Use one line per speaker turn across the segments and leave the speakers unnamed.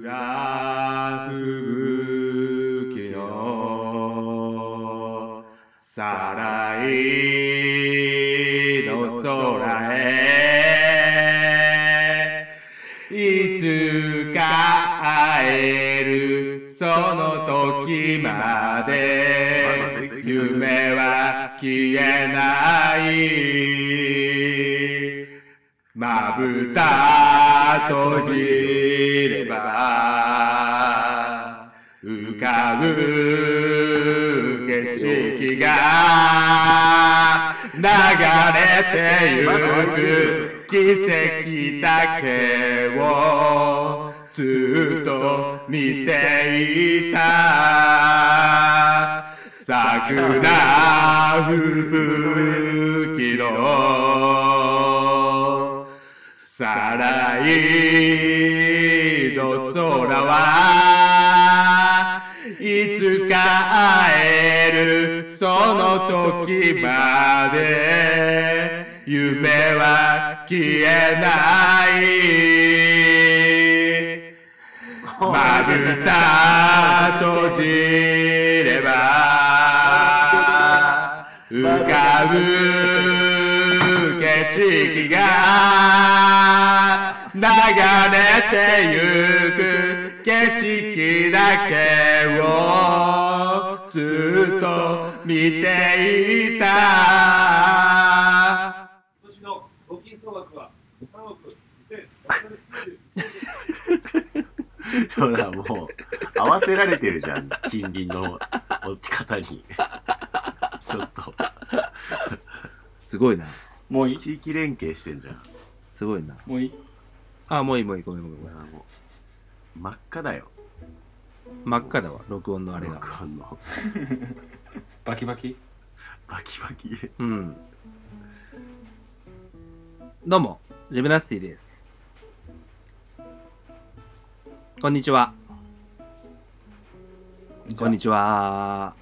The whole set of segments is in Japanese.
桜吹雪のさらいの空へいつか会えるその時まで夢は消えないまぶた閉じれば浮かぶ景色が流れてゆく奇跡だけをずっと見ていた桜吹雪のさらいの空はいつか会えるその時まで夢は消えないまぶた閉じれば浮かぶ景色が流れてゆく景色だけをずっと見ていた
今年の募金総額は3億
ほら、もう、合わせられてるじゃん。近隣の落ち方に。ちょっと、
すごいな。
もういい
地域連携してんじゃん。
すごいな。
もういい
あ、もういいもういい、ごめんごめん
ほ
ごめん。
らもう、真っ赤だよ。
真っ赤だわ、録音のあれが。
録音の。
バキバキ
バキバキ。
うん。どうも、ジェムナスティです。こんにちは。こんにちは。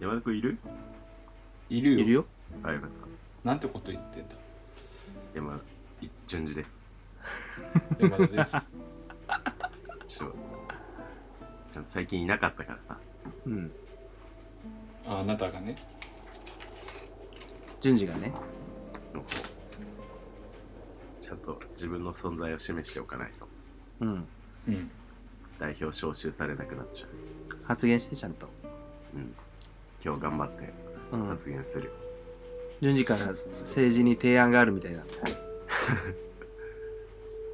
山田くんいる
いるよ
いるよ。
あ、よかった。
なんてこと言ってんだ
山、一順次です。
山 田です
ちょっと、最近いなかったからさ。
うん。
ああなたがね
順次がね。
ちゃんと自分の存在を示しておかないと、
うん。
うん
代表招集されなくなっちゃう。
発言してちゃんと。
うん。今日頑張って
うん。
発言するよ。
順次から政治に提案があるみたいな。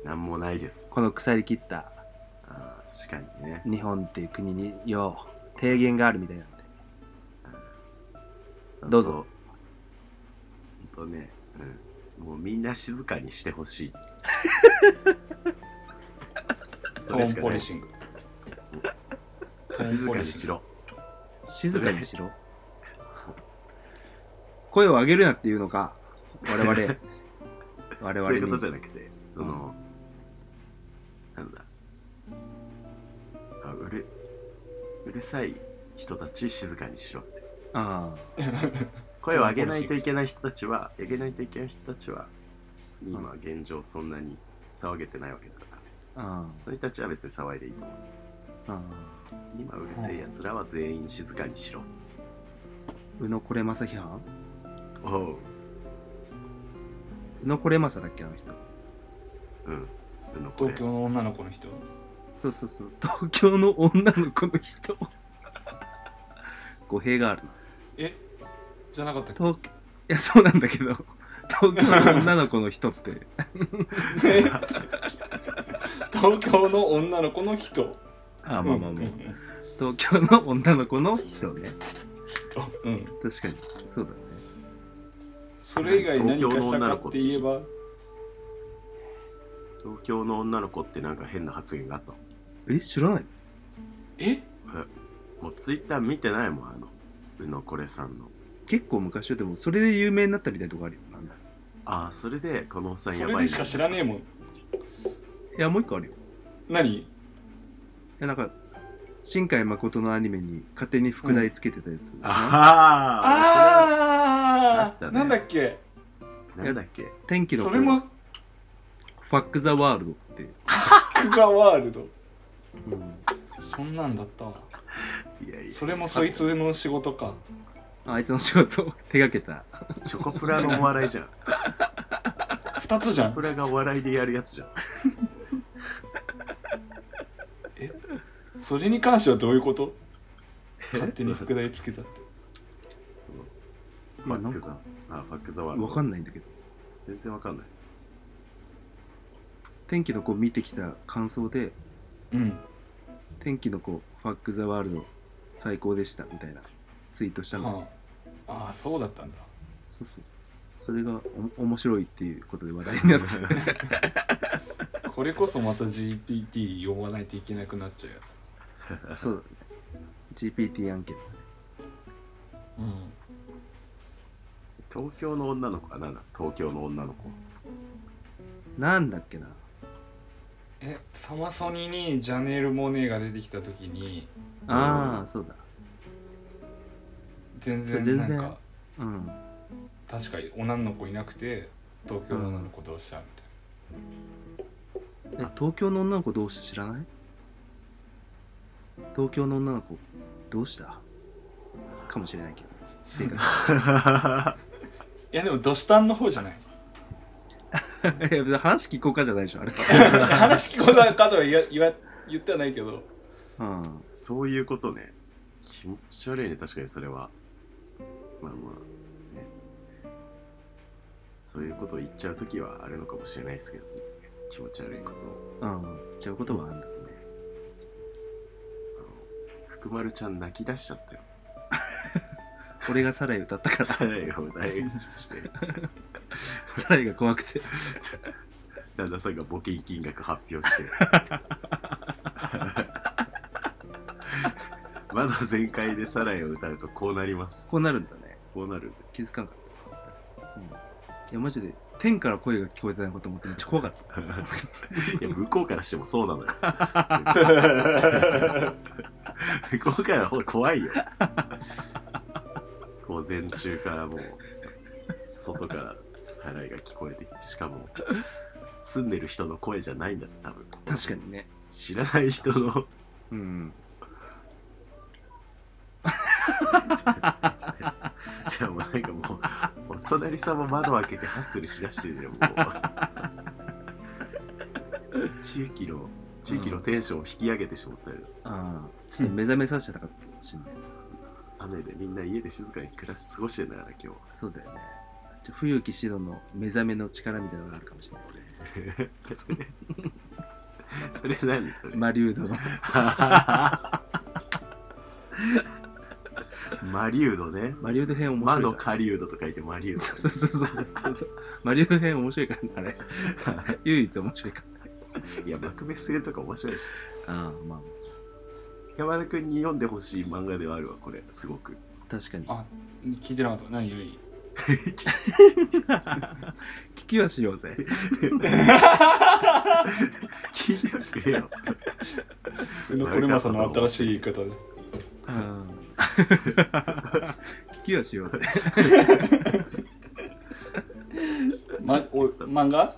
なんもないです。
この腐り切った
あー確かにね。
日本っていう国によう提言があるみたいなんで。どうぞ
ほんと。ほんとね、うん。もうみんな静かにしてほしい。それしかないです
トーンポト
静か
ーンポリ
に
シ
し
ー
ろ。
静かにしろ。声を上げるなっていうのか、我 々。我
そう
々
いうこと
に
じゃなくて、その、なんだ。あうる、うるさい人たち静かにしろって。
あ
声を上げないといけない人たちは、上げないといけない人たちは、別に今現状そんなに騒げてないわけだから、
あ、あ
その人たちは別に騒いでいいと思う。
あ、あ
今うるせえやつらは全員静かにしろ。
あ。うのこれまさ批判
おう。
うのこれまさだっけ、あの人。
うん。うのこれ
東京の女の子の人
そうそうそう。東京の女の子の人。語弊があるな。
えじゃなかったっ
東京、いや、そうなんだけど、東京の女の子の人って、
け 東京の女の子の人
ああ、まあまあまあ。東京の女の子の人ね。
うんうん
確かに。そうだね。
それ以外何かしたかって言えば
東京の女の子ってなんか変な発言があった。
え、知らない
え
もうツイッター見てないもん、あの、うのこれさんの。
結構昔はでも、それで有名になったみたいなとこあるよ。なんだ
ああ、それでこのおっさ
そ
んやばい、
れでしか知らねえもん
いや、もう一個あるよ。
何
いや、なんか、新海誠のアニメに勝手に副題つけてたやつ。
ああ
あ
った
あ
ね
なんだっけ
あなんだっけ
天気の
そ
子
れも
ファック・ザ・ワールドって、
クザワールド
うん
そんなんだったわ
いやいや
それもそいつの仕事か
あいつの仕事を 手がけた
チョコプラのお笑いじゃんチ
2つじゃ
ョコ
ん
プラがお笑いでやるやつじゃん
それに関してはどういうこと勝手に副題つけたって
そうファックザあファックザワール
わ
ド
かんないんだけど
全然わかんない
天気の子見てきた感想で
うん
天気の子ファック・ザ・ワールド最高でしたみたいなツイートしたの、
はあああそうだったんだ
そうそうそうそれがお面白いっていうことで話題になった
これこそまた GPT 呼ばないといけなくなっちゃうやつ
そうだね GPT 案件
うん
東京の女の子は何だ東京の女の子
なんだっけな
えサマソニにジャネール・モネーが出てきた時に
ああそうだ
全
それ
然
全
なん
然
か
うん
確かに女の子いなくて東京の女の子どうしたみたい
え東京の女の子どうした知らない東京の女の子どうしたかもしれないけど正確
な、いやでもどしたんの方じゃない
いや別に話聞こうかじゃないでしょあれ、
話聞こえなかとは言わ言わ言ってはないけ ど
うん、
そういうことね気持ち悪いね確かにそれはまあまあねそういうことを言っちゃう時はあるのかもしれないですけどね気持ち悪いことを
うん、言っちゃうことはあんだ
あの福丸ちゃん泣き出しちゃったよ
俺がサライ歌ったから
サライを大炎上して
サライが怖くて
旦那さんが募金金額発表して まだ全開でサライを歌うとこうなります
こうなるんだね
こうなるんです
気づかなかった、うん、いやマジで天から声が聞こえてないこと思ってめっちゃ怖かった
いや向こうからしてもそうなのよ 向こうからほら怖いよ午前中からもう外からサライが聞こえてきてしかも住んでる人の声じゃないんだって多分
確かにね
知らない人の
うん
じゃあもうなんかもうお隣さんも窓開けてハッスルしだしてるよもう地域の地域のテンションを引き上げてしまったよ
ああちょっと目覚めさせてなかったかもしんない
雨でみんな家で静かに暮らし過ごしてんだから今
そうだよねちょ冬木シロの目覚めの力みたいなのがあるかもしれない
日それ それ何それ、
マリュードの
マリウドね
マリュード編面
魔
白い
の
から
狩人と書いてマリウド
そうそうそうそうそうそうマリュード編面白いからねあれ唯一面白いから
いやマクベス編とか面白いでし
ああま
ょ山田君に読んでほしい漫画ではあるわこれすごく
あ確かに
あ聞いてなかった何より
聞きはしようぜ
聞いてはくれ よ
宇 野これまさの新しい言い方で
うん 聞きはしようぜ
ま、お漫画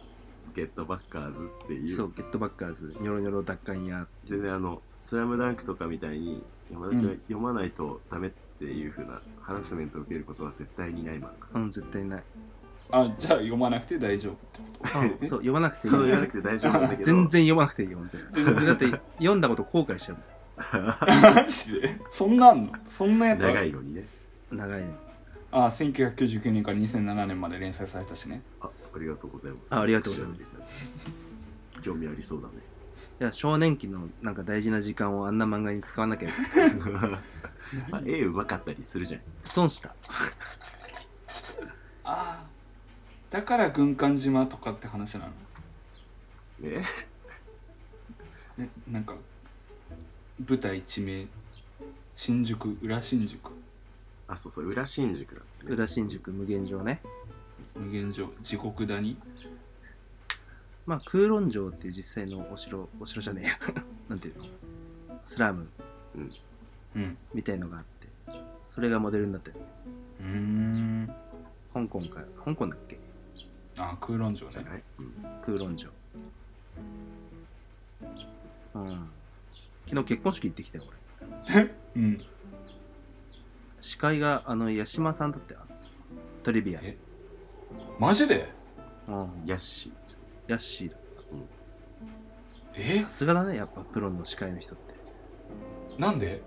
ゲットバッカーズってい
そうう、ゲットバッカーズ、ニョロニョロ奪還や。
全然あの「スラムダンクとかみたいに山田君は読まないとダメっていう風なハラスメントを受けることは絶対にない漫画
うん、絶対ない。
あじゃあ読まなくて大丈夫 って
うんそう、読まなくていい
そ。うじゃなくて大丈夫なんだけど
全然読まなくていいよ、本当に。だって、読んだこと後悔しちゃう
マジでそんなんのそんなやつある
長いのにね
もん。長いね。
あ1999年から2007年まで連載されたしね
あありがとうございます
あありがとうございます
興味ありそうだね
いや、少年期のなんか大事な時間をあんな漫画に使わなきゃ
あ絵うまかったりするじゃん
損した。
ああだから軍艦島とかって話なの
え
えなんか舞台地名新宿裏新宿
あそうそう裏新宿だったね
裏新宿無限城ね。
無限城地獄谷
まあ、空論城っていう実際のお城、お城じゃねえや。 なんていうのスラム
うん
みたいのがあって、それがモデルになってる。
うーん
香港か、香港だっけ
あ空論城
じゃ
ね
ない、うん、
空論城。うん。昨日結婚式行ってきたよ、俺。
うん
司会が、あの、八島さんだったよ。トリビアの。
えマジで
うん。
ヤッシー。
ヤッシーだ。
え
さすがだね、やっぱプロの司会の人って。
なんで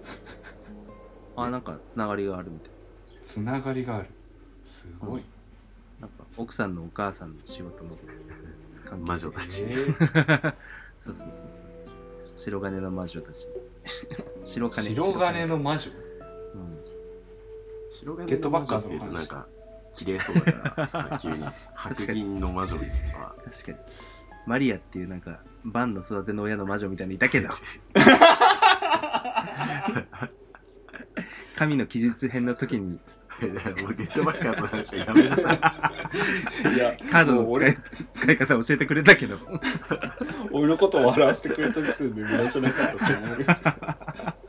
あ、なんか、つながりがあるみたい。
つながりがあるすごい、
なんか、奥さんのお母さんの仕事の関係で
魔女たち。
そうそうそうそう。白金の魔女たち。白金。
白金の魔女
うん。
白金
ゲット
の魔
バッカ
女って
ーズの
言う
話
となんか、綺麗そうだから、 まあ急に。白銀の魔女は、
確かに。マリアっていうなんか、バンの育ての親の魔女みたいにいた けど、神の記述編の時に
もうゲットバッカーズの話はやめなさい。
い や
カード
もう
の使
俺
い使い方教えてくれたけど、
俺のことを笑わせてくれた時点で無駄じゃなかったと思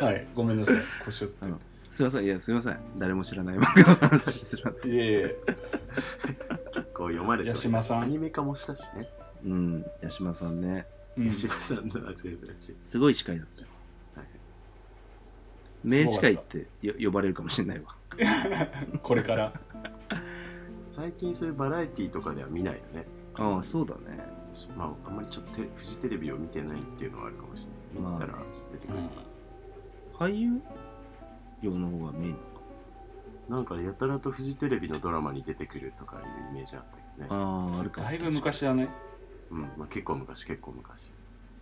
う はいごめんなさい腰折って、
すいません、いや、すいません。誰も知らない僕の話してる。
いえいえ
結構読まれてる
八嶋さん
アニメ化もしたしね。
うん、八島さんね。
うん
八嶋さんの話でしたし。
すごい司会だったよ
はい。
名司会ってよ呼ばれるかもしれないわ。
これから
最近そういうバラエティとかでは見ないよね。
ああ、そうだね。
まあ、あんまりちょっとテフジテレビを見てないっていうのはあるかもしれない。
まあ
見たら出てくる。
俳優業の方がメイン。
なんかやたらとフジテレビのドラマに出てくるとかいうイメージあったけどね。
ああ、あるかも
だいぶ昔だね
うん、まあ結構昔、結構昔。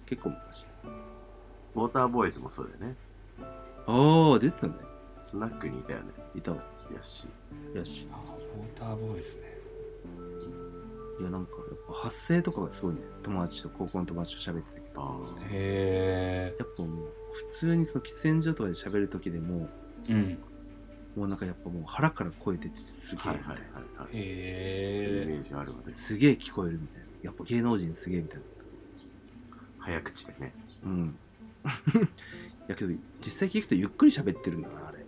結構昔。
ウォーターボーイズもそうだよね。
ああ、出てたね。
スナックにいたよね。
いたわ。
ヤッシ
よし。
ああウォーターボーイズね
いや、なんか、やっぱ発声とかがすごいね。友達と、高校の友達と喋ってたけ
ー。
ど。
ああ。
へ
やっぱもう、普通にその喫煙所とかで喋る時でも、
えうん
もうなんかやっぱもう腹から声出ててすげえ
はい
み
はい
た
はいい
な。
はい。そういうイメ
へえ
ージあるわね。
すげえ聞こえるみたいな。やっぱ芸能人すげえみたいな。
早口でね。
うん。いやけど、実際聞くとゆっくり喋ってるんだな、あれ。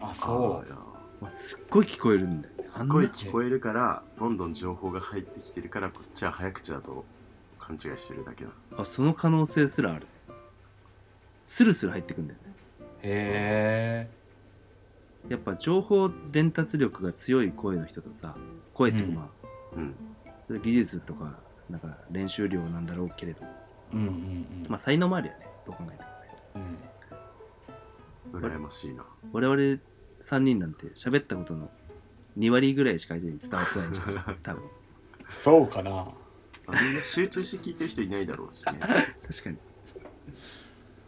あそ
あーいうや
まあ、すっごい聞こえるんだよね。
ーすごい
あんな
聞こえるから、どんどん情報が入ってきてるから、こっちは早口だと勘違いしてるだけだ。
あ、その可能性すらある。スルスル入ってくんだよね。
へえ
やっぱ情報伝達力が強い声の人とさ声ってまあ、
うん。
それ技術とかなんか練習量なんだろうけれど
うんうんうん
まあ才能もあるよねどう考えてもね
うん
羨ましいな。
我々3人なんて喋ったことの2割ぐらいしか相手に伝わってないんじ ゃん多分
そうかな
あみんな集中して聞いてる人いないだろうしね。
確かに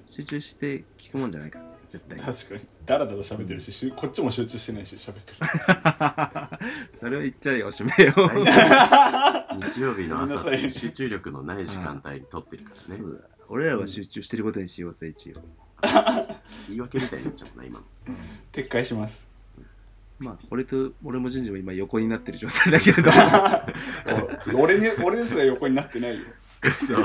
集中して聞くもんじゃないからね絶対
確かにダラダラ喋ってるししゅこっちも集中してないし喋って る
それを言っちゃえよおしめよそ
大
う
体日曜日の朝っ
ごめんなさ
て
い
集中力のない時間帯に撮ってるからね。
だ俺らは集中してることにしようぜ一応
言い訳みたいになっちゃうもんな、今の。
撤回します
まあ俺と俺も順次も今横になってる状態だけれど
お俺に俺ですら横になってないよ
そう。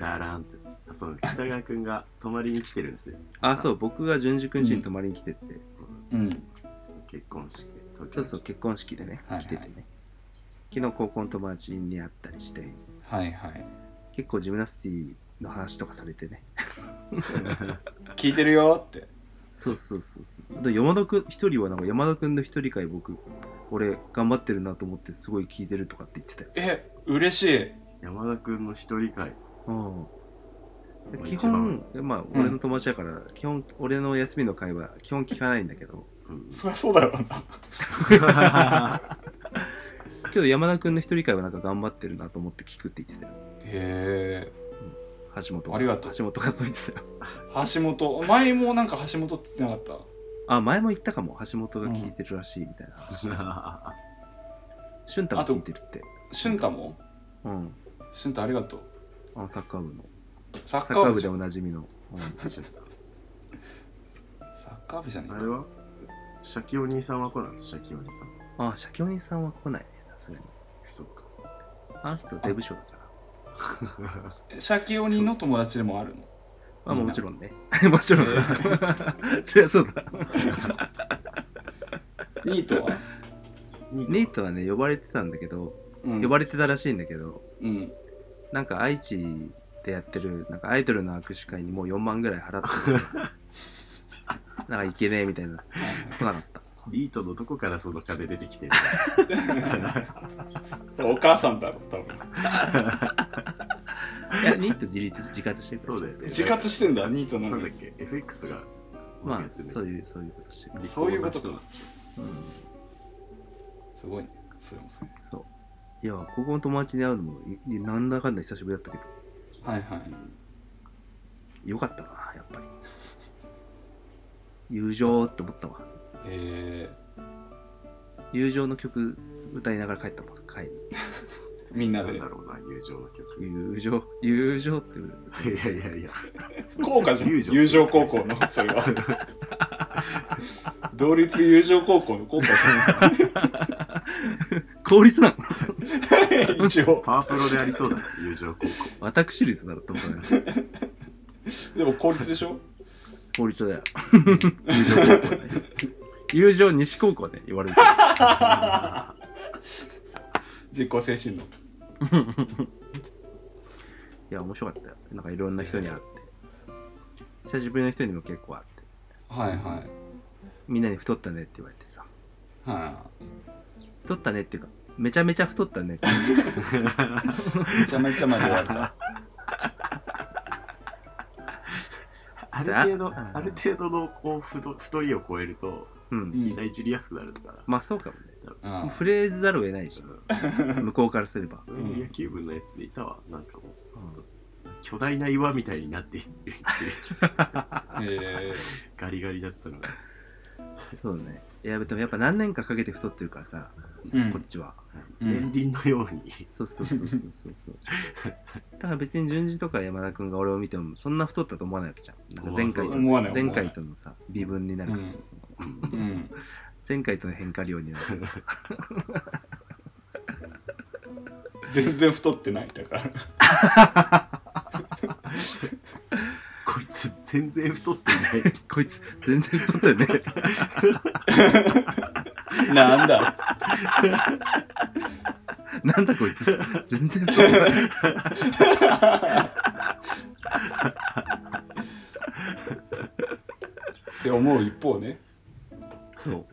だらんって。あそう北川君が泊まりに来てるんですよ。
あそう僕が順次君家に泊まりに来てて、
うん
結婚式で。東京に
そうそう、結婚式でね、
はいはい
来ててね。昨日高校の友達に会ったりして、
はいはい
結構ジムナスティの話とかされてね。
聞いてるよって
そうそうそうそう。で山田くん、一人はなんか山田くんの一人会僕、俺頑張ってるなと思ってすごい聞いてるとかって言ってたよ。
え嬉しい
山田君の一人会。
うん。
まあ
基
一番
本、まあ俺の友達だから、基本俺の休みの会は基本聞かないんだけど、
うん
そりゃそうだろうな
けど山田くんの一人会はなんか頑張ってるなと思って聞くって言ってたよ。
へえ
橋本が
ありがとう
橋本がそう言ってたよ。
橋本前もなんか橋本って言ってなかっ
あ、前も言ったかも。橋本が聞いてるらしいみたいな話してた。俊太が聞いてるって。
た俊太も
うん。
俊太ありがとう
あのサッカー部の。
サッ
サ
カ
ッカー
ー部
部
じ
で
ゃ
おなじみの。うん
サッカー部じゃね
あれはシャキお兄さんは来ないシャキお兄さん。
ああ、社協人さんは来ないね、さすがに。
そっか。
あの人、デブ賞だから。
えかシャキオニの友達でもあるの
まあ、もちろんね。 もちろんね。そりゃそうだ。
ニートは
ニート
ネイトはね呼ばれてたんだけど、
うん
呼ばれてたらしいんだけど
うん
なんか愛知でやってるなんかアイドルの握手会にもう4万ぐらい払ってたなんかいけねえみたいなことなかった
リートのどこからその金出てきてる
お母さんだろ多分
いやニート自立自活してる
そうだよね
自活してんだニートな
な
の
んだ
に
っけ FX が
ま
多いや
あ
つよね
そういうそういうことしてる
そういうことか
うん
すごいねそれもそれ
そういや高校の友達に会うのもいなんだかんだ久しぶりだったけど
はいはい
よかったなやっぱり友情って思ったわ
え
友情の曲歌いながら帰ったもん帰る
ー、みんな
なん
で
だろうな友情の曲
友情友情って歌う
いやいやいや
効果じゃん
友情
友情高校の それは同率友情高校の効果じ
効率なの
ゃん 一応
パワプロでありそうだね友情高校
私立だろと思ったね
でも効率でしょ
効率だよ友情高校ね友情西高校ね言われてる
人工精神の
いや面白かったよなんかいろんな人に会って久しぶりの人にも結構会って
はいはい
みんなに太ったねって言われてさ
は
太ったねっていうかめちゃめちゃ太ったねって
い、めちゃめちゃまで言われた
ある程度ある程度のこうふと太りを超えると
う
うんん
みんないじりやすくなるから、
まあそうかもね
うん
触れざるを得ないし向こうからすれば
そう
うん
いう野球部のやつでいたわなんかもう巨大な岩みたいになっていってる
え
ガリガリだったのが
そうねいやでもやっぱ何年かかけて太ってるからさ
ーうん
こっちは
うん
年輪のように
そうそうそうそうそうそう だから別に順次とか山田君が俺を見てもそんな太ったと思わないわけじゃんなんか前回と
思わない
前回とのさ微分になるからさ、
うん
その
うん
前回との変化量になるからさ
全然太ってないだから
こいつ全然太 ってない
こいつ全然太ったよね
なんだ
なんだこいつ全然太ったない
って思う一方 ね
そう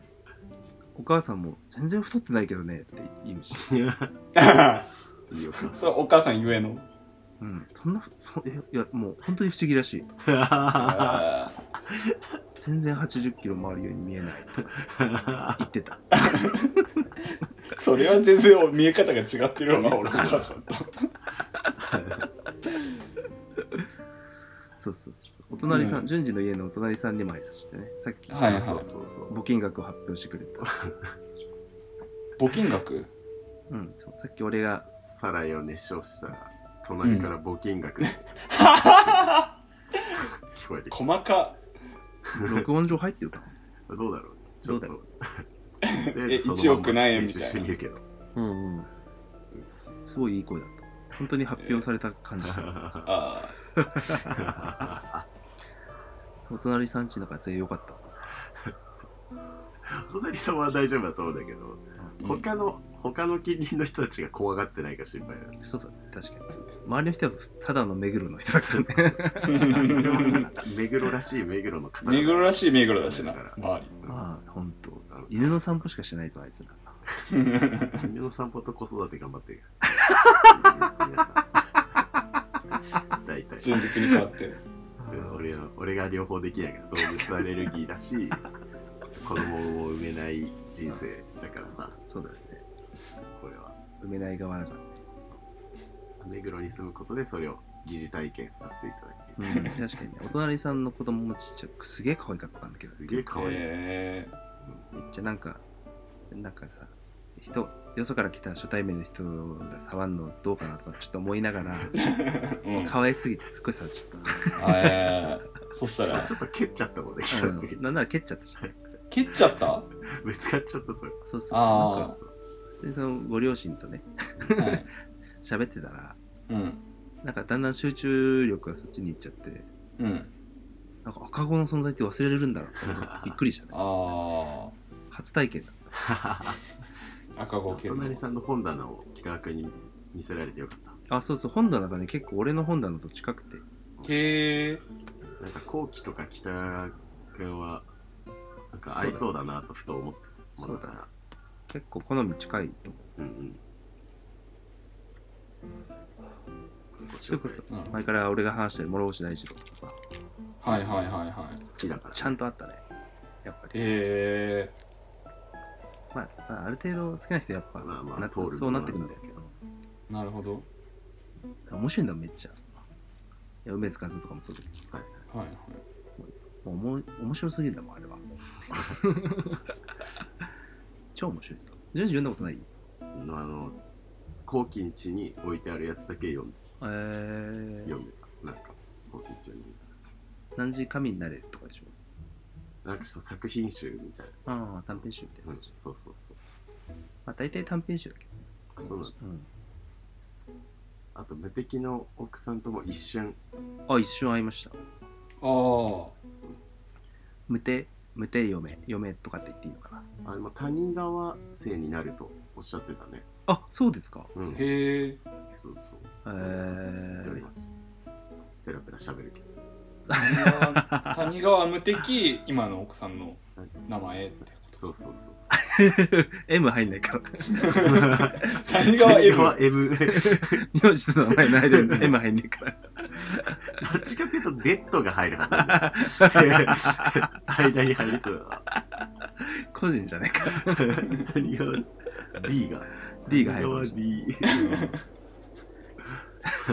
お母さんも全然太ってないけどねって言うし、
いいよか
そうお母さんゆえの
うん、そんなそいやいやもう本当に不思議らしい
あ
全然80キロもあるように見え ないとか言ってた
ー それは全然見え方が違ってるよな俺お母さんと
そうそうそうお隣さん、
うん
順次の家のお隣さんにも挨拶してねさっき、
はいはい
そうそうそう
募金額を発表してくれた、
募金額
うん、そうさっき俺が
サライを熱唱したら隣から募金額、 聞こえてき
細か
録音上入ってるかな
たどうだろうちょっと
え
でその
1億何円み
練
た
習
いな
してみるけど
うんうんすごいいい声だった本当に発表された感じした、
あ
お隣さんちなんか全員良かった
お隣さんは大丈夫だと思うんだけど、
うん
他の他の近隣の人たちが怖がってないか心配だ ね
そうだね確かに周りの人はただの目黒の人だからね
あ
目黒らしい目黒の方
目黒らしい目黒だしな周り
ま あ本当犬の散歩しかしないとあいつら
犬の散歩と子育て頑張ってる皆さん大体
純熟に変わって
うん俺は俺が両方できないから動物アレルギーだし子供を産めない人生だからさ
そうだよね
これは
埋めない側だからです
目黒に住むことでそれを疑似体験させていただいて
うん、確かにねお隣さんの子供もちっちゃくすげえ可愛かったんだけど
すげえ可愛い、
え
めっちゃなんかなんかさ人よそから来た初対面の人が触んのどうかなとかちょっと思いな がら
ーうん
可愛すぎてすっごい触っちゃっ
えーそした
ちょ
ら
ちょっと蹴っちゃったもんね、
た、
人
う
に
ん、なんなら蹴っちゃったし
切っちゃったは
ぶつかっちゃったそれ
そうそうそう
あー
なんか普通にそのご両親とね
い
喋ってたら
うん
なんかだんだん集中力がそっちに行っちゃって
うん
なんか赤子の存在って 忘れれるんだなって思ってびっくりしたね
ああ
初体験だっ
赤子
お
ケル
隣
の
さんの本棚を北川君に見せられてよかった。
あ、そうそう、本棚がね、結構俺の本棚と近くて。
へえ
なんか、後期とか北川君は、なんか合いそうだなとふと思ったものだから。
結構好み近いと思
うんうん。
う。それこそ
なる、ほど
前から俺が話してる諸星大二郎とかさ、
はいはいはいはい
好きだから。
ちゃんとあったね。やっぱり。
へえ
まあ、まあ、ある程度好きな人やっぱ、
まあまあ
な
通る
そうなってくるんだけど。
なるほど
面白いんだ、めっちゃ。いや、梅津和夫とかもそうだけど。
はいはい
もうおも面白すぎるんだもん、あれは。超面白いですよ。順次読んだことない
のあの後期んちに置いてあるやつだけ読ん
えー、
読んでたなんか後期んちに
何時神になれとかでしょ。
なんかそう作品集みたい
ああ、短編集みたい
な、
な
う
や
ん
つ。
そうそうそう
まあ、大体短編集だけど。
あそうなの
うん。
あと無敵の奥さんとも一瞬
あ、一瞬会いました。
あ
無手、無手嫁、嫁とかって言っていいのかな。
あの谷川生になるとおっしゃってたね
あ、そうですか。
うん
あへえ
そうそうそ
え
う言っており
ー、
ますペラペラ喋るけど
谷川谷川無敵今の奥さんの名前って
そうそうそう
M 入んないから。
谷川 M
M
名字と名前の間に M 入んないから。
どっちかっていうとデッドが入るはずなんだよ 間に入りそうだな
個人じゃないか。
谷川 D が
D が入るか
谷
も
川
しれ
D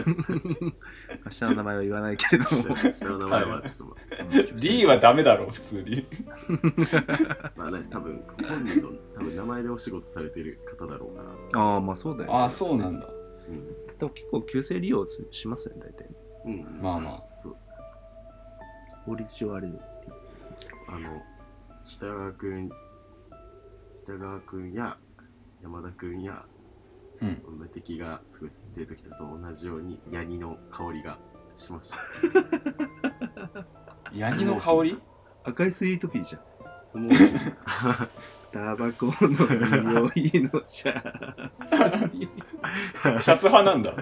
明日の名前は言わないけれど も。
下の名前はちょっと
D はダメだろ普通に
まあ、まあね、多分本人の多分名前でお仕事されてる方だろうから、
ああ、まあそうだよ、
ああそうなんだ
うん、
でも結構急性利用しますよね、大体。
うん
まあま
あそう
法律上あれで。
あの北川君北川君や山田君や
うん
無敵がすごい吸ってる時と同じようにヤニの香りがしました
ヤニの香り
赤いスイートピーじゃん。
スモーキー
タバコの匂いのシャー。
シャツ派なんだ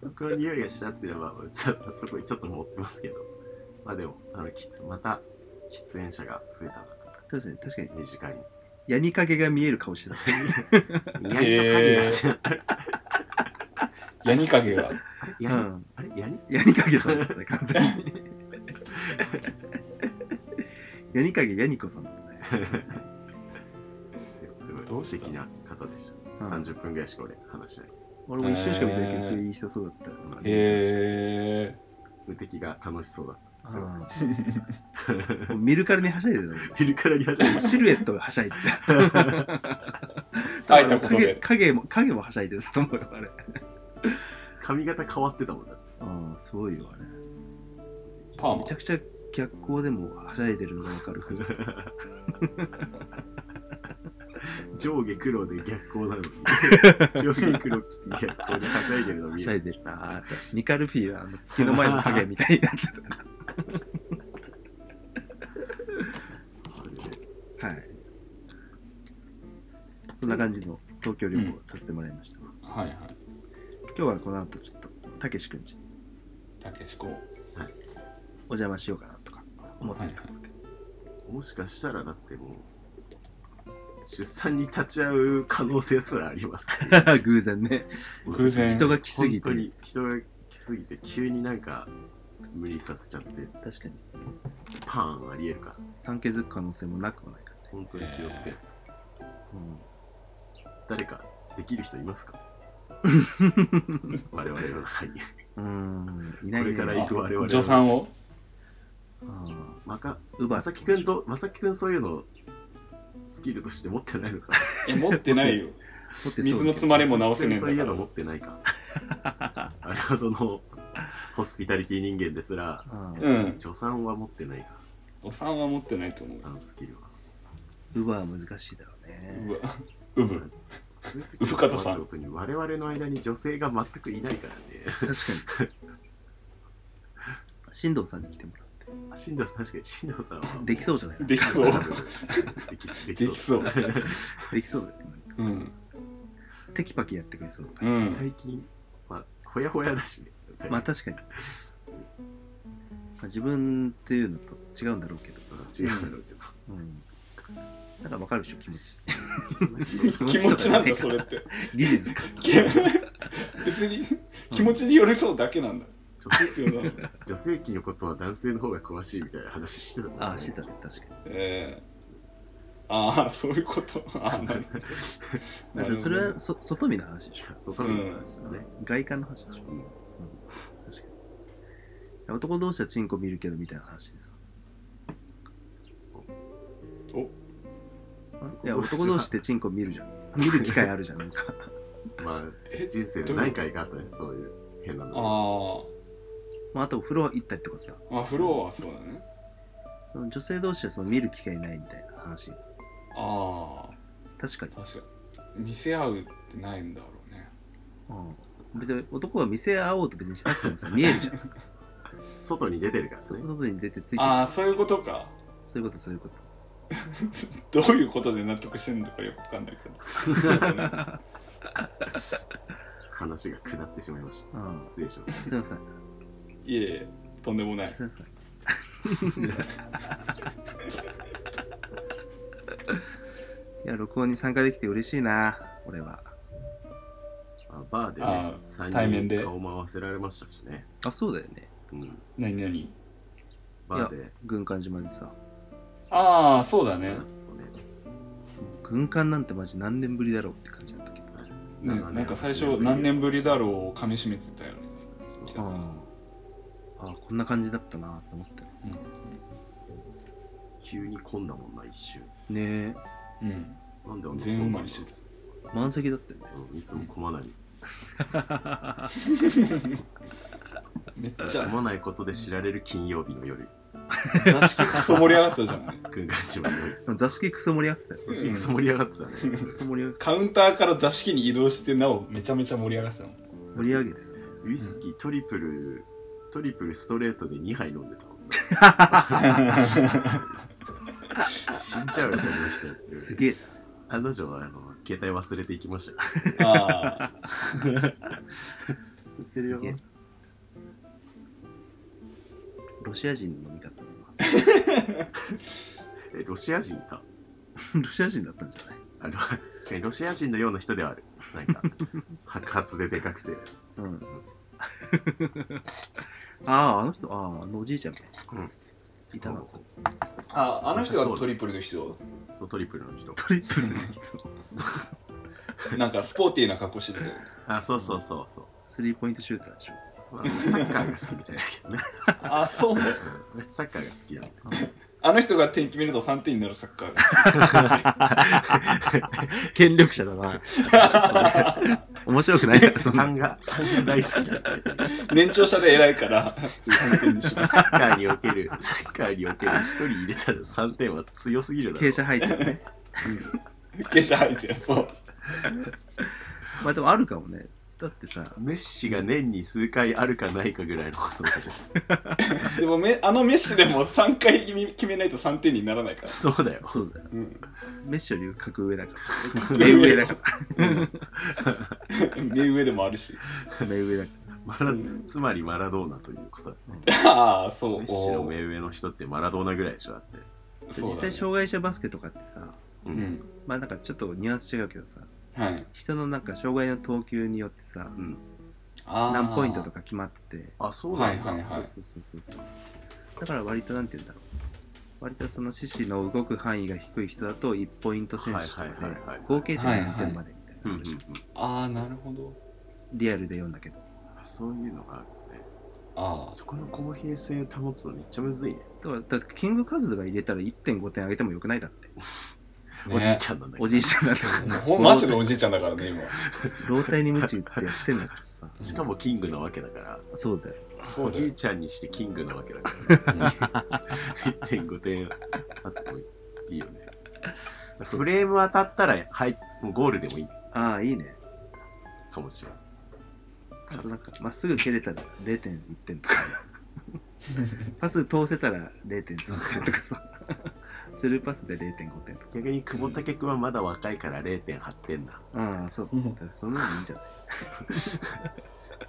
僕の匂いがしたっていうのはちょっとそこにちょっと持ってますけどまあでもあのきつまた喫煙者が増えたな
そうですね、確かに。
身近に
ヤニ影が見える顔してた。
ヤニの影がち
ヤニ影が
う
ヤニ、
ん。
あれヤニ
ヤニ影さんだったね、完全に。ヤニ影ヤニコさんだったね。
す
ど
ごいう
し
素
た
敵な方でした。
うん
30分ぐらいしか俺話しない。
俺も一瞬しか見てないけど、そういういい人そうだった。
へえ
無敵が楽しそうだった。すごい
うん もう見るからにはしゃいでたもん
昼からリハじゃない
シルエットがはしゃいでた。
会えたこと
影
で
影も影もはしゃいでたと思うよ、あれ。
髪型変わってたもんだって。
ああ、すごいよ、あれ。
パー
め
マ
ちゃくちゃ逆光でもはしゃいでるのがわかる。
上下黒で逆光なのに。 上下黒着て逆光ではしゃいでるの
は
見
しゃい
る。
でるな。ミカルフィーはあの月の前の影みたいになってた。はい。そんな感じの東京旅行をさせてもらいました。
はいはい
今日はこの後ちょっと、たけしくんちに
たけしこ
お邪魔しようかなとか思ってるところで。
もしかしたらだってもう、出産に立ち会う可能性すらあります。
偶然ね。
偶然
人が来すぎ
本
て
当。に人が来すぎて急になんか無理させちゃって、
確かに。
パーンありえるから。
産気づく可能性もなくはないからね。
本当に気をつける。
うん
誰かできる人います か我々の中に。
うーん、いな
こ
いね
れから行く我々
助産を
あ
まか
ウバ
まさきくんと、まさきくんそういうのスキルとして持ってないのか。
え持ってないよ水のつまれも直せねえんだ
そういう
か
の
ら
持ってないか。あれほどのホスピタリティ人間ですら、
う
うん
助産は持ってないか。
お産は持ってないと思
助
う
産スキルは。
ウバは難しいだろうね。
うわうぶ
う
生方さん
ことに我々の間に女性が全くいないからね。
確かに。進藤さんに来てもらって。
あ進藤さん、確かに進藤さんは。
できそうじゃない
できそう。
でき で
できそう。
できそうだよ。
うん。
テキパキやってくれそうな感
う
じ。
ん。
最近、まあ、ほやほやだしね。
まあ確かに。まあ、自分っていうのと違うんだろうけど。
違うんだろうけど。
うん。だからわかるでしょ、気持ち。
気持ちなんだ、
と
そ
か
れ
ね
って。
技術か。
別に気持ちに寄り添うだけなんだ。
女性
必要なの。
女性器のことは男性の方が詳しいみたいな話してたもんね
ああ、してたね、確かに。
えー、ああ、そういうこと。ああ、なるほど。
だってそれはそ外見の話でしょ。
そう、そういう話だね。
外観の話でしょ。うん、確かに。男同士はチンコ見るけどみたいな話でさ。
お
いや、男同士ってチンコ見るじゃん。見る機会あるじゃん、なんか。
まあ、
え
人生の何回かあったね、そういう変なの。
あ
まあ、あとお風呂行ったりとかさ。
あ、まあ、フロアはそうだね。
女性同士はその見る機会ないみたいな話。
あ
確かに
あ、。確かに。見せ合うってないんだろうね。
うん、別に男は見せ合おうと別にしなくてもさ、見えるじゃん。
外に出てるから
そ
ね。
外に出てついてる。
ああ、そういうことか。
そういうこと、そういうこと。
どういうことで納得してんのかよくわかんないけど。
話が下ってしまいまし
うん
た。。失礼しまし
すいません。
いえいえ、とんでもない。
すいません。 いや、録音に参加できて嬉しいな、俺は。
た。あバーで
あ
ね
ー、対
3
面で
人顔回せられましたしね。
あ、そうだよね。
うん。
何何
バーで。
軍艦島にさ。
ああ、そうだね。
そうね
軍艦なんてマジ何年ぶりだろうって感じだったけど。
ね
なんかね
なんか最初何年ぶりだろうをかみしめてたよね。来た
ああ。あこんな感じだったなと思った
急に混んだもんな、一瞬。
ねえ、
うん。
なんであ
うんん。
な
全埋まりしてた。
満席だったよね。
うんいつも混まない。
めっち
混
ゃ、
まないことで知られる金曜日の夜、
座敷クソ盛り上がったじゃん。
軍艦島の 夜。
座敷クソ盛り上がってたよ。
星が盛り上がってたね。
クソ盛り上がって
カウンターから座敷に移動してなおめちゃめちゃ盛り上がってたもん。
た。盛り上げてた。
ウイスキートリプル、トリプルストレートで2杯飲んでたもんね。死んじゃうよ、この人。
すげえ。
彼女はあの携帯忘れていきましたよ。
ああ。
すげえロシア人の飲み方
え、ロシア人か。
ロシア人だったんじゃない
あの、確かにロシア人のような人ではある。なんか、 白髪ででかくて、
うん。ああ、あの人、ああ、あのおじいちゃんね。
うん
いたな、
そ
あ、あの人がトリプルの人
そうトリプルの人。
トリプルの人。
なんかスポーティーな格好してたよね。
あ、そうそうそうそう。
スリーポイントシューターでしょ。
まあサッカーが好きみたいだけどね。
あ、そう
うん私サッカーが好きなんだ。
あの人が点決めると3点になるサッカーが。
権力者だな。 面白 くないから、そんな。
3が、3が大好きなんだ。
年長者で偉いから。
サッカーにおける、サッカーにおける1人入れたら3点は強すぎるだろ
傾斜入ってるね。
傾斜入ってる。そう。
まあでもあるかもね。だってさ、
メッシが年に数回あるかないかぐらいのことだと思
でもめ、あのメッシでも3回決め決めないと3点にならないか
うそうだよ。
そうだよ。
ら。うん。
メッシより格上だか
目
ら。目
上
上
だ
だ
か。
から
目上でもあるし。
ら。目上だか
マラつまりマラドーナということだ。
ああ、そう。
メッシの目上の人ってマラドーナぐらいでしょだって。
おー
ら。実際、
そう
障害者バスケとかってさ、
だね。
まあなんかちょっとニュアンス違うけどさ、
うん。はい。
人のなんか障害の投球によってさ、
うん。
あー
何ポイントと。か決まってて、
あ、そう
は
ないん
は
だ。
いはい。
そうそうそうそうそうだから割となんて言うんだろう割とその四肢の動く範囲が低い人だと1ポイント選手とかで
はいはいはいはい
合計点何点までみたい
うん
な
うんう
話、
ん。
ああ、なるほど。
リアルで読んだけど
あそういうのがあるね。
あ
そこの公平性保つのめっちゃむずいね。
だからだってキングカズとか入れたら1.5点上げてもよくないだって
あ。
おじいちゃんなんだけ
お
ど。
じいちゃんだって
ほんマジでおじいちゃんだからね、今。
老体に無知ってやってんだからさ
しかもキングなわけだから、
そうだよ
そ
お
うだ
じ
よ
いちゃんにしてキングなわけだから、1.5点あってもいいよね。フレーム当たったら、はい、もうゴールでもいい
ああいいね
かもしれない。
あとなんかまっすぐ蹴れたら0.1点とかパス通せたら0.3点とか さスルーパスで0.5点とか
逆に久保建君はまだ若いから0.8点だ。
ああそう
うん
だからそんなのいいんじゃない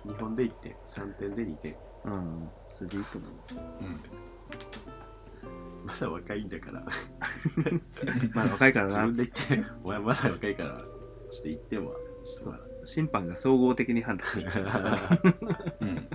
日本で1点、3点で2点。
うんそれでいいと思
まだ若いんだから。
うまあ若いから
自分
な
で言って、お前まだ若いから、ちょっと1点は、ちょっとまだ
審判が総合的に判断 する
うん。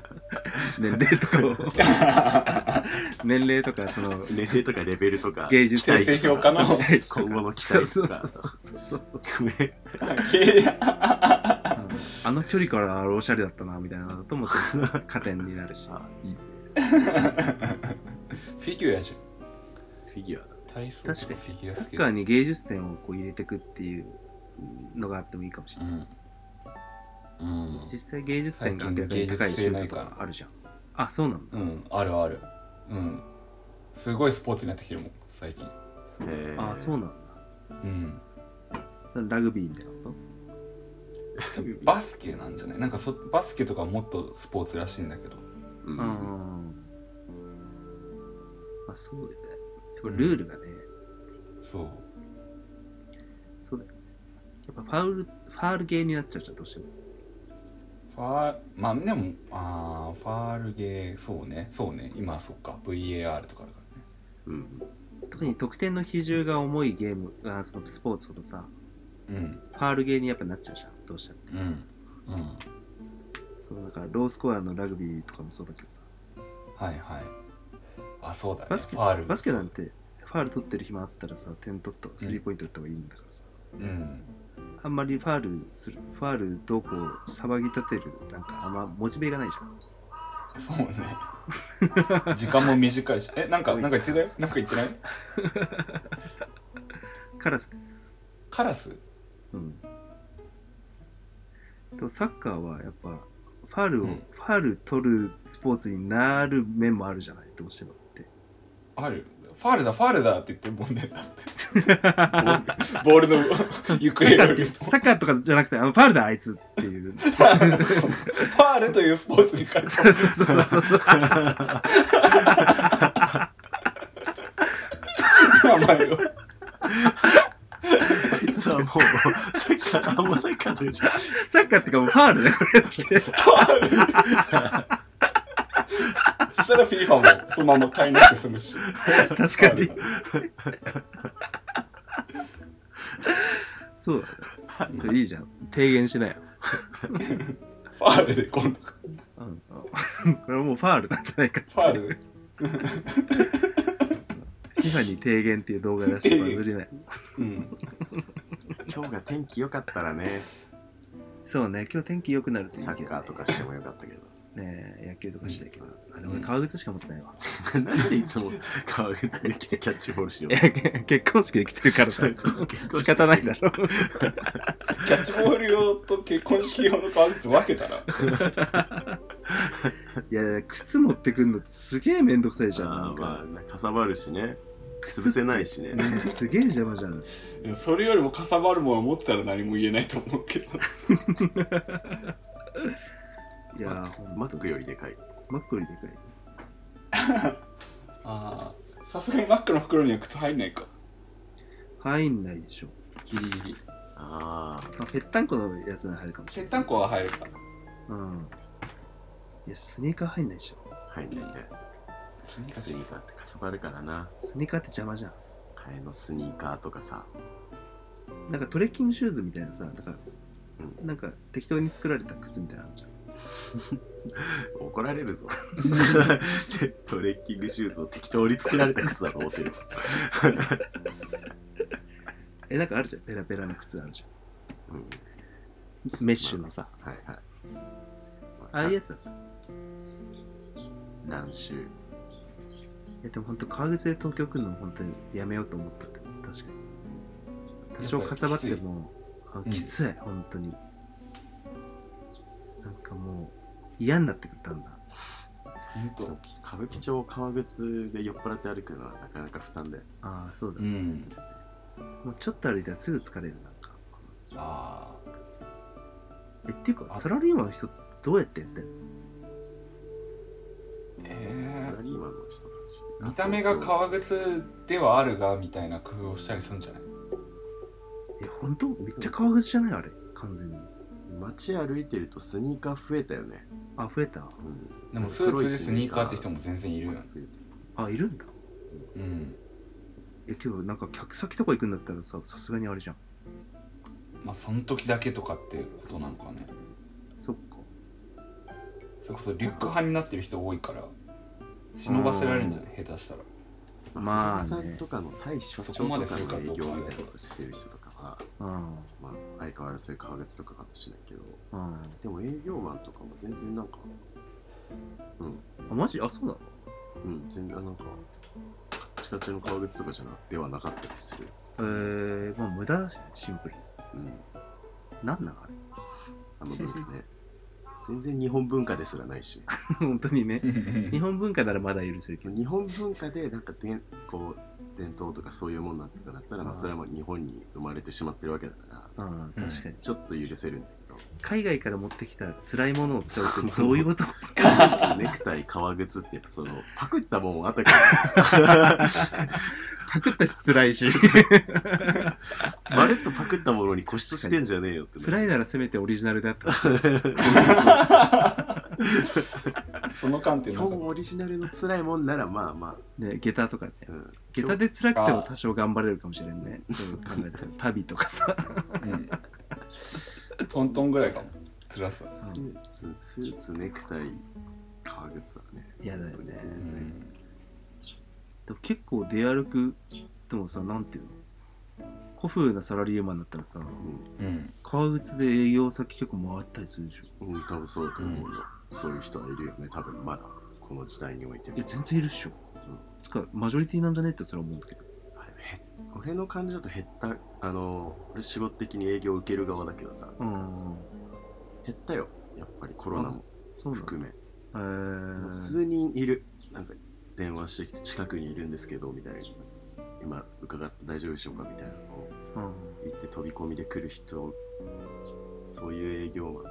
年齢とかを年齢とかその
年齢とかレベルとか、
芸術
期待値とか
評価の
そう今後の期待と
そうそ
か
う。そうそうそう
あ
うんあの距離からあれおしゃれだったなみたいなのとも加点になるし
あ、いいね。
フィギュアじ
フィギュアだ。
ゃん。体操
確か
フィギ
に
ュア
サ
ス
ッ
ケ
カー
ー
に芸術点をこう入れてくっていうのがあってもいいかもしれ
ト。
ない、
うん。うん。
実際芸術点が明らかに高いシュートとかあるじゃんあそうなんだ
うん、あるある。うん。すごいスポーツになってきてるもん、最近。
えー
あそうなんだ
うん。
それラグビーみたいなこと
バスケなんじゃないなんかそバスケとかはもっとスポーツらしいんだけど。
う。
うんんまあそうだよねやっぱルールがね、
そう。
そうだよねやっぱファウルファールゲーになっちゃうじゃんどうしても
ファーまあでも、あーファールゲー、そうね、そうね、今そっか、VAR とかあるからね。
うん。
特に得点の比重が重いゲームあそのスポーツほどさ
うん、
ファールゲーにやっぱなっちゃうじゃんどうしたって
うん、うん。
そうだからロースコアのラグビーとかもそうだけどさ
はいはい。あ、そうだね、
バスケ
ファール。
バスケなんてファール取ってる暇あったらさ点取ったスリーポイント打った方がいいんだからさ、
うん。
あんまりファールするファールどうこう騒ぎ立てるなんかあんまモチベがないじゃん
そうね。 時間も短いし。え、なんか、
すごい
なんか言ってたよなんか言ってない
カラスです
カラス
うんでもサッカーはやっぱファールを、
うん
ファール取るスポーツになる面もあるじゃないどうしてもって
あるファールだ、ファールだって言って、もうね、ボールの行
サッカー
方よ
っ
り
て
も、
サッカーとかじゃなくてあのファールだあいつっていう
ファールというスポーツに変えた。
そうそうそうそうそう
名前を。
あいつはもう、サッカー、あんまサッカーとかじゃ
サッカーってかもうファールだよ
そしたら FIFA もそのまま買いなく済むし。
確かに
ファ
そうだねそれいいじゃん提言しなよ
ールだファールで今度、
うん、 これはもうファールなんじゃないか
ファールで。
FIFA に提言っていう動画出してバズりない
うん。
今日が天気良かった らね、
そうね今日天気良くなるといいけ
サ
どね
ッカーとかしてもよかったけど。
ねえ野球とかしたいけど、あでも俺革靴しか持ってないわ、
なんでいつも革靴で来てキャッチボールし よう
いや結婚式で来てるからさ仕方ないだろ
キャッチボール用と結婚式用の革靴分けたら。
いや靴持ってくんのってすげえめんどくさいじゃんな
あ
ん
ー
か、
まあなんかさばるしね潰せないしね
ねすげえ邪魔じ ゃん
いやそれよりもかさばるもの持ってたら何も言えないと思うけど。
いやほん
マ
ま
ックよりでかい
マックよりでかい
ああ。さすがにマックの袋には靴入んないか。
入んないでしょ、
ギリギリ。
ああ
まあ、ぺったんこのやつなら入るかもし
ぺ
れ
っ
ない
たんこは入るか。
うんいやスニーカー入んないでしょ
入んないね
スニーカ
スニーカーってかさばるからな
スニーカーって邪魔じゃん
替えのスニーカーとかさ
なんかトレッキングシューズみたいなさ、なんか、
う
なんか適当に作られた靴みたいなのあるじゃん。
怒られるぞ でトレッキングシューズを適当に作られた靴だと思ってる
え、なんかあるじゃん。ペラペラの靴あるじ
うん
ゃん。メッシュのさ。
はいはい
ああいうやつだ。
乱臭
え、でもほんと革靴で東京来るの本当にやめようと思ったって、確かに。多少かさばっても、あ
りきつい
きつい、本当に。なんかもう、嫌になってくったんだ。
歌
本
舞伎町を革靴で酔っ払って歩くのはなかなか負担で
ああ、そうだ。
当。ん。
もうちょっと歩いたらすぐ疲れる、なんか。
ああ。
え、っていうか、
あ
サラリーマンの人、どうやってやってんの
え
サラ
ー
リーマンの人たち
見た目が革靴ではあるがみたいな工夫をしたりするんじゃない
え、本当めっちゃ革靴じゃないあれ。完全に。
街歩いてるとスニーカー増えたよね、
あ、増えた
うん
でもスーツでスニーカーって人も全然いるよね
増えてる
あ、いるんだ。
うん
え、けどなんか客先とか行くんだったらさ、さすがにあれじゃん。
まあその時だけとかってことなのかね
そっか。
それこそリュック派になってる人多いから忍ばせられるんじゃない下手したら
まあ
まあ、
ね
さんとかの対所長
そこま
と
で
か
するか
の営
どうか
業みたいなことしてる人とかは、
うん。
まあ、相変わらずそういう革靴とかかもしれないけど、
うん。
でも営業マンとかも全然なんか、うん、
あ、マジあ、そうなの
うん、全然なんか、カッチカチの革靴とかじゃなではなかったりする。
えー、まあ無駄だしね、シンプル
う
に。
ん、
なんなんあれ。
あの文化ね。全然日本文化ですらないし、
本当にね。日本文化ならまだ許せるけ
そ
ど
の。日本文化でなんかでんこう伝統とかそういうもんなんとかだったら、まあ、それはもう日本に生まれてしまってるわけだから、
うん、確かに。
ちょっと許せるんだけど。
海外から持ってきた辛いものを使うってどういうこと
ネクタイ、革靴ってやっぱその、パクったもんあったから ですか
パクったし辛いし。
まるっとパクったものに固執してんじゃねえよって、
辛いならせめてオリジナルであった。
その観点
日
なん
本
か
オリジナルの辛いもんならまあま
ね、下駄とかね。
あ、うん。
下駄で辛くても多少頑張れるかもしれんね。そう考えたら。旅とか さ。
うんトントンぐらいかも辛さ
スーツ、スーツ、ネクタイ、革靴はね。
嫌だよね。
う
全然。
ん
でも結構出歩く、でもさ、なんていうの古風なサラリーマンだったらさ、
うん
革靴で営業先結構回ったりするでしょ。
うん、うん、多分そうだと思うよ。そういう人はいるよね、多分まだ。この時代においても
いや、全然いるっしょ。つか、マジョリティなんじゃねえってそれは思うんだけど。
あれへ俺の感じだと減った、あの、俺仕事的に営業受ける側だけどさ、
うん。
減ったよ、やっぱりコロナも
そうなんだ。
含め。
えー、
数人いるなんか電話してきて近くにいるんですけどみたいな今伺って大丈夫でしょうかみたいなのを
うん。
言って飛び込みで来る人そういう営業マンが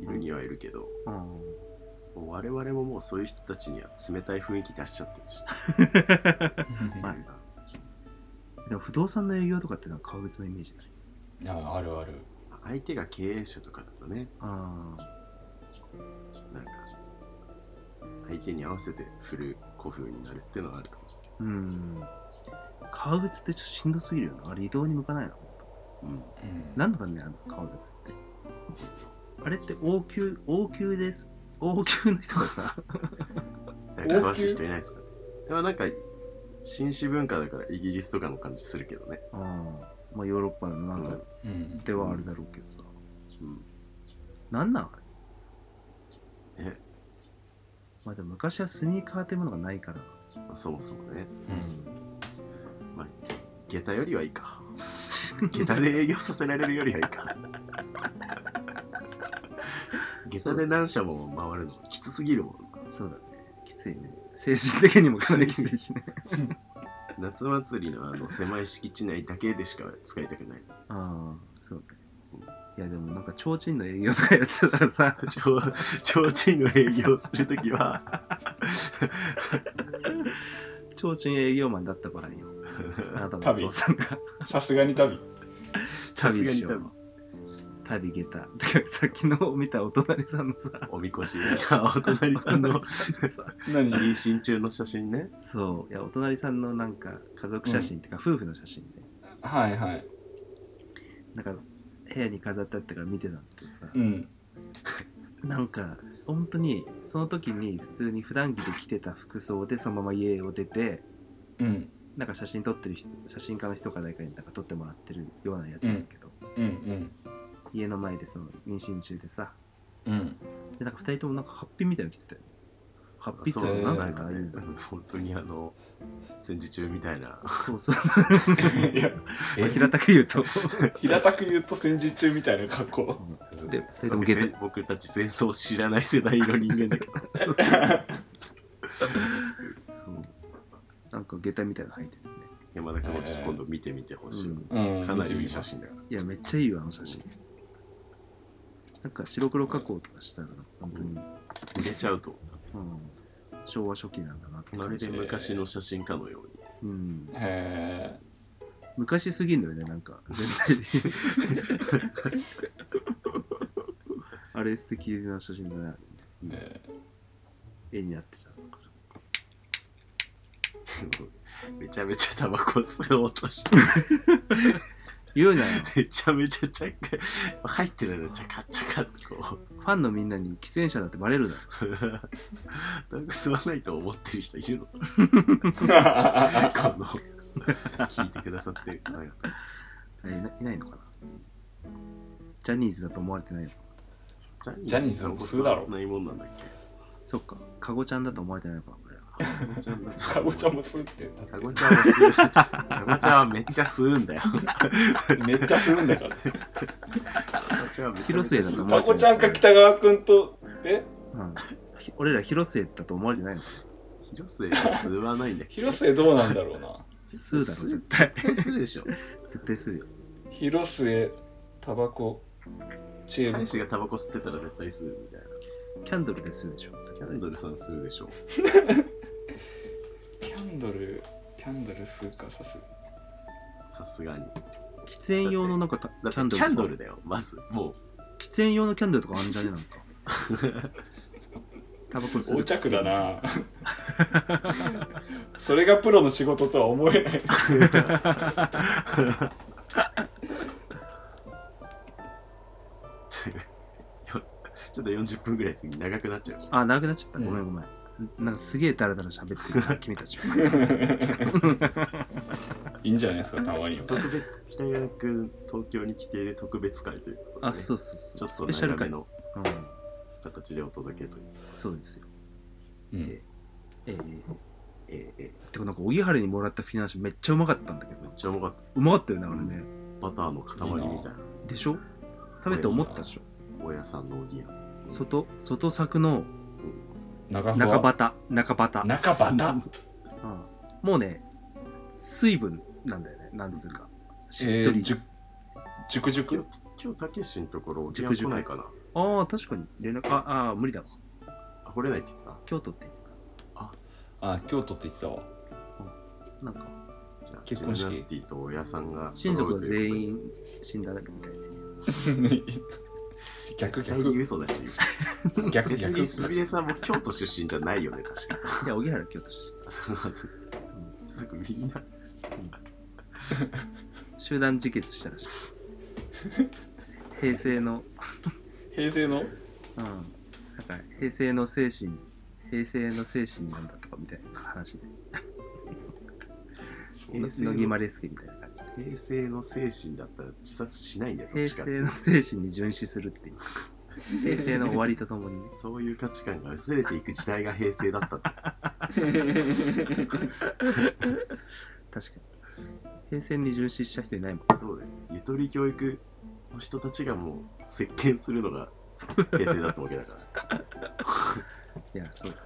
いるにはいるけど、
うん。
もう我々ももうそういう人たちには冷たい雰囲気出しちゃってるし、
まあ
でも不動産の営業とかってなんか革靴のイメージない。
いやあるある
相手が経営者とかだとね
ああ。
なんか相手に合わせて振る古風になるってのはあると
うん。革靴ってちょっとしんどすぎるよな。あれ移動に向かないな。
思う、
うん
なんだかね、あの革靴って。あれって応急、応急です。応急の人がさ、
うん、だから詳しい人いないですかねでもなんか紳士文化だからイギリスとかの感じするけどね
うん。まあヨーロッパのなん
う
か
ん
うん
ではあるだろうけどさ。
うん
なんなんあれ
え、
まあでも昔はスニーカーというものがないから。
まあ、そもそもね、
うん
まあ、下駄よりはいいか。 下駄で営業させられるよりはいいか。下駄で何社も回るのきつすぎるもんな。
そうだね。きついね。精神的にもかなりきついしね。
夏祭りのあの狭い敷地内だけでしか使いたくない。
ああ、そうね。いやでもなんか提灯の営業とかやってたらさ、
ちょうちんの営業するときは、
提灯営業マンだった場合 よ。あなたのお父さんが
さすがに旅
さす
旅
が
し
に
よ
多
う
分。
旅下駄。てかさっきの見たお隣さんのさ、
おみこし、お隣さんの
何
妊娠中の写真ね。
そう、いやお隣さんのなんか家族写真っていうか、夫婦の写真で、
はいはい
なんか部屋に飾ってあったから見てたんだけどさ、
うん
なんか本当にその時に普通に普段着で着てた服装でそのまま家を出て、
うん
なんか写真撮ってる人写真家の人か誰かになんか撮ってもらってるようなやつだけど、
うん
家の前でその妊娠中でさ
うんうん
でなんか2人ともなんかハッピーみたいなの着てたよねハッピーっ
そ
ていう
う
のは
なん
な
ね
ん
か
か
ああい
ね
うの、
本当にあの、戦時中みたいな。
そうそう
いやえ
平たく言うと
平たく言うと戦時中みたいな格好
で2人とも下駄
僕たち戦争を知らない世代の人間だ けど
そうそうそうなんか下駄みたいなの履いてるね、
山田君もちょっと今度見てみてほしい、
うん
かなりいい写真だから
いやめっちゃいいわあの写真なんか白黒加工とかしたら本当に、
入れちゃうと思っ
うん、昭和初期なんだなって
ま
感
る
じ
で昔の写真かのように。
うん、
へ
昔すぎんだよねなんか全体 的にあれ素敵な写真だね
え、 ね
絵になってたのか
めちゃめちゃタバコ吸おうとしてる、
言うなよ
めちゃめちゃチャック、入ってるのチャカチャカってこ
ファンのみんなに喫煙者だってバレるだろ
う、 なんか吸わないと思ってる人いるのこの、聞いてくださってる方が。
あいないいないのかなジャニーズだと思われてないのかな
ジャ
ジャニーズの吸うだ
タ
ろ
バコ吸わないもんなんだっけ
そっかカゴちゃんだと思われてないのかなこれは
かぼちゃも吸ってんだ
カゴちゃんは吸う。カゴちゃんはめっちゃ吸うんだよ。
めっちゃ吸うんだ から
カゴちゃんはめっちゃ
広末だと思わ
か
れて
こ
ない
ちゃんか北川くんとえ
うん、ひ俺ら広末だと思われてないのか
広末は吸わないんだっけ
広末どうなんだろうな
吸うだろ
吸
絶対
吸うで しょ。
絶対吸うよ
広末タバコチェー
彼
ブ
氏がタバコ吸ってたら絶対吸うみたいな。
キャンドルで吸うでしょ
キャンドルさん吸うでしょ。
キャンドルキャンドル吸うかさす
さすがに。
喫煙用のなんかた
だってキ
キャンドル
ャンドルだよ、まず。もう、
喫煙用のキャンドルとかあんじゃねなんか タバコ吸う
横着だな それがプロの仕事とは思えない
ちょっと40分ぐらい次長くなっちゃうし。
あ長くなっちゃったごめんごめん、なんかすげえダラダラ喋って るな君たちは
いいんじゃないですかたまには
特別、北山くん、東京に来ている特別会ということで、ね。
あそうそうそう
ちょっ
ス
と
ペシャル
長
回
め
うん
の形でお届けという。
そうですよ
うん
ええ
ええええ
てかなんか荻原にもらったフィナンシェめっちゃうまかったんだけど
めっちゃ重かった。
うまかったよねあれね、
バターの塊みたいな。
でしょ食べて思ったでしょ
大家さんのおぎや。
外外柵の
中ふわ
中バタ中バタ、うん、
中バタ
もうね水分なんだよねなんつうかし
え
っとり、
ー、じゅ熟
今
熟
日、今日、たけしのところ、おぎや来
熟々
ないかな。
ああ確かに連絡ああー無理だわ
あ、来れないって言ってた。
京都って言って
あ京都って言ってたわ
たなんか
じゃあ、
結婚式
ジムナスティと大家さんが。
親族が全。員死んだみたいで
逆
大体
逆
嘘だし。
逆
別
逆
にすみれさんも京都出身じゃないよね、確か。
いや荻原京都市
すぐみんな。
集団自決したらしい平成の
平成の
うんなんか平成の精神平成の精神なんだとかみたいな話で
平成の
乃木マレスケみたいな感じで
平成の精神だったら自殺しないんだよ、どっ
平
ちかって
成の精神に殉死するっていう平成の終わりとともにね
そういう価値観が薄れていく時代が平成だったって。
確かに平成に殉死した人いないもん
そうだよ。ゆとり教育の人たちがもう、席巻するのが平成だったわけだから。
いやそうだね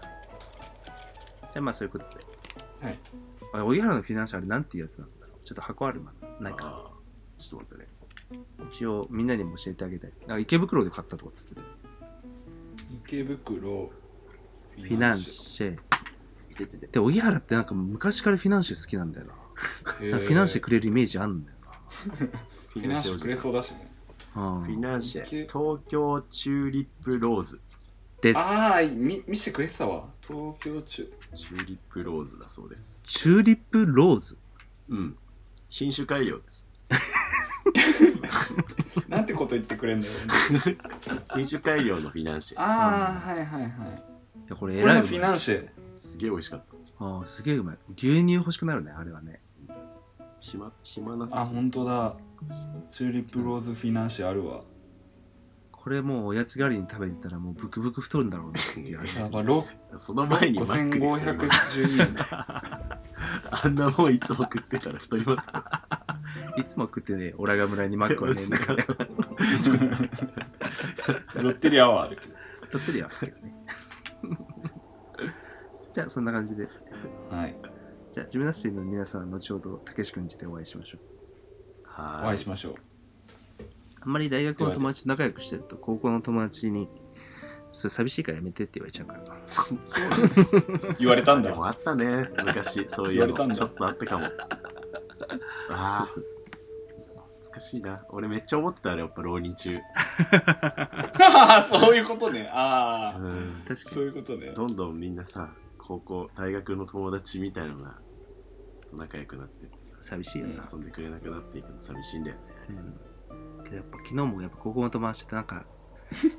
じゃあまあそういうことで
はい
あ荻原のフィナンシャルあれなんていうやつなんだろうちょっと箱あるまだないかな
あーちょっと待ってね。
一応みんなにも教えてあげたいなんか池袋で買ったとかっつってたよ
池袋フ
フィナンシェ
いててて。
で荻原ってなんか昔からフィナンシェ好きなんだよな,、
ェ
フィナンシェ
く
くれるイメージあんだよ
フ
フィナンシェくれ
フ
そうだしね
な、う
ィ
ん、
ナンシェ、東京チューリップローズ。
です
ああ見見せてくれてたわ東京中
チューリップローズだそうです。
チューリップローズ
うん。品種改良です。
なんてこと言ってくれんのよ
品種改良のフィナンシェ。
ああはいはいはい
いやこれ
これ
偉
の
い
フィ
わ
ナンシェ
すげえ美味しかった。
ああすげえうまい牛乳欲しくなるねあれはね
暇、暇な
あ本当だチューリップローズフィナンシェあるわ
これもうおやつ代わりに食べてたらもうブクブク太るんだろうなっていう味
や
す
ば
る
ろ
その前にマックでした今
5512円
あんなもんいつも食ってたら太りますか
いつも食ってねオラガ村にマック はねなんかね
ロッテリアはあるけど
太ってるよね じゃあそんな感じで
はい
じゃあジムナスティの皆さん後ほどたけし君家でお会いしましょう
お
は
会いしましょう
あんまり大学の友達と仲良くしてると高校の友達にそれ寂しいからやめてって言われちゃうからな。
そそう
言われた ん
で
だ
もあったね昔そうい
言わ
う
れたん
の
だ
ちょっとあったかもああ懐かしいな俺めっちゃ思ってたあれやっぱ浪人中
そういうことねああ
うん
確か
そう
に。
いうことね
どんどんみんなさ高校大学の友達みたいのが仲良くなってってさ
寂しいよな。
遊んでくれなくなっていくの寂しいんだよね
うんけどやっぱ昨日もやっぱ高校の友達ってなんか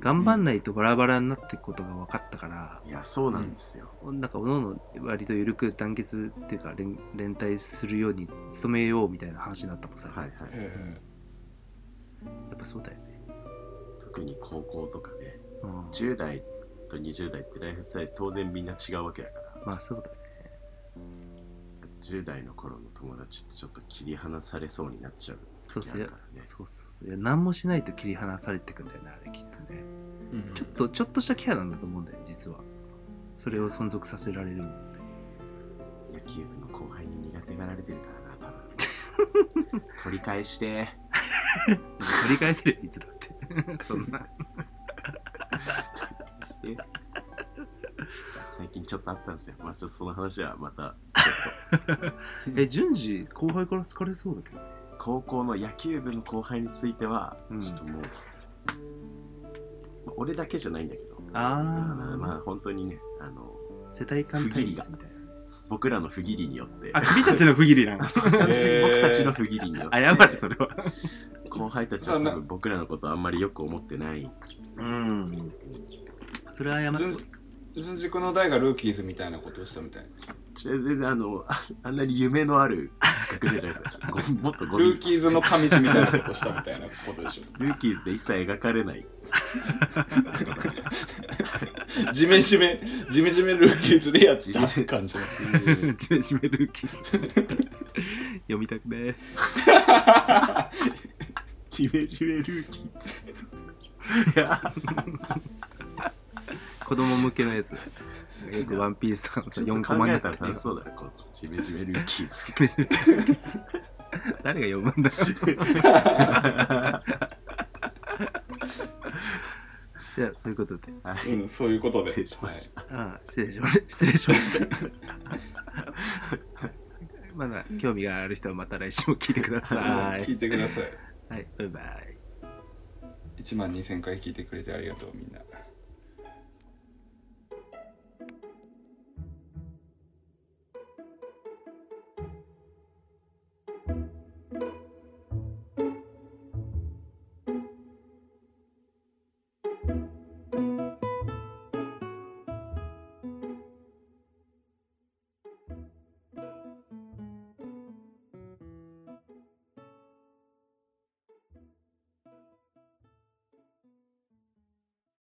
頑張んないとバラバラになっていくことが分かったから、
いやそうなんですよ、
なんかおのおの割と緩く団結っていうか連連帯するように努めようみたいな話になったもんさ、
はい
や
はい
っぱそうだよね、
特に高校とかね
うん、
10代と20代ってライフスタイル当然みんな違うわけだから
まあそうだよね
10代の頃の友達ってちょっと切り離されそうになっちゃう
そうそ
時あ
うや
るからね
そうそうそういや何もしないと切り離されていくんだよねあれきっとねちょっとちょっとしたケアなんだと思うんだよね実はそれを存続させられる
野球部の後輩に苦手がられてるからな多 分取り返して
繰り返せるよいつだって そんな
して最近ちょっとあったんですよまあちょっとその話はまた
え順次後輩から好かれそうだけど
高校の野球部の後輩については、
うん
ちょっともう、まあ俺だけじゃないんだけど
あ
ま
あ
あまあ本当にねあの
世代間対立みたいな。
僕らの不義理によって
あ、君たちの不義理なの
完全
へ
に
ー
僕たちの不義理によって
謝れ、それは。
後輩たちは多分僕らのことあんまりよく思ってない
うん。それは謝 る。
純次君の代がルーキーズみたいなことをしたみたい
全然あのああんなに夢のある学年じゃないですかごもっとゴミ
ルーキーズの神みたいなことをしたみたいなことでしょ
ルーキーズで一切描かれない
ジメジメジメジメルーキーズでやってた感じの
じめじめルーキーズ。 読みたくね
ジメジメルーキーズ
子供向けのやつ。よくワンピースとかのさ
ちょっ
4
と
コ
考
マにな
え
って
た
る
ら楽しそうだねこのジメジメルーキーズ
じめじめルーキーズ 誰が読むんだろう。 じゃあ、そういうことで。
はい
うんそういうことで
失礼しました
ああ失礼しました。失礼しました。 まだ興味がある人はまた来週も聞いてくだ
は
さ
い
い
聞。いてください
はい、バイバイ。
1万2000回聞いてくれてありがとうみんな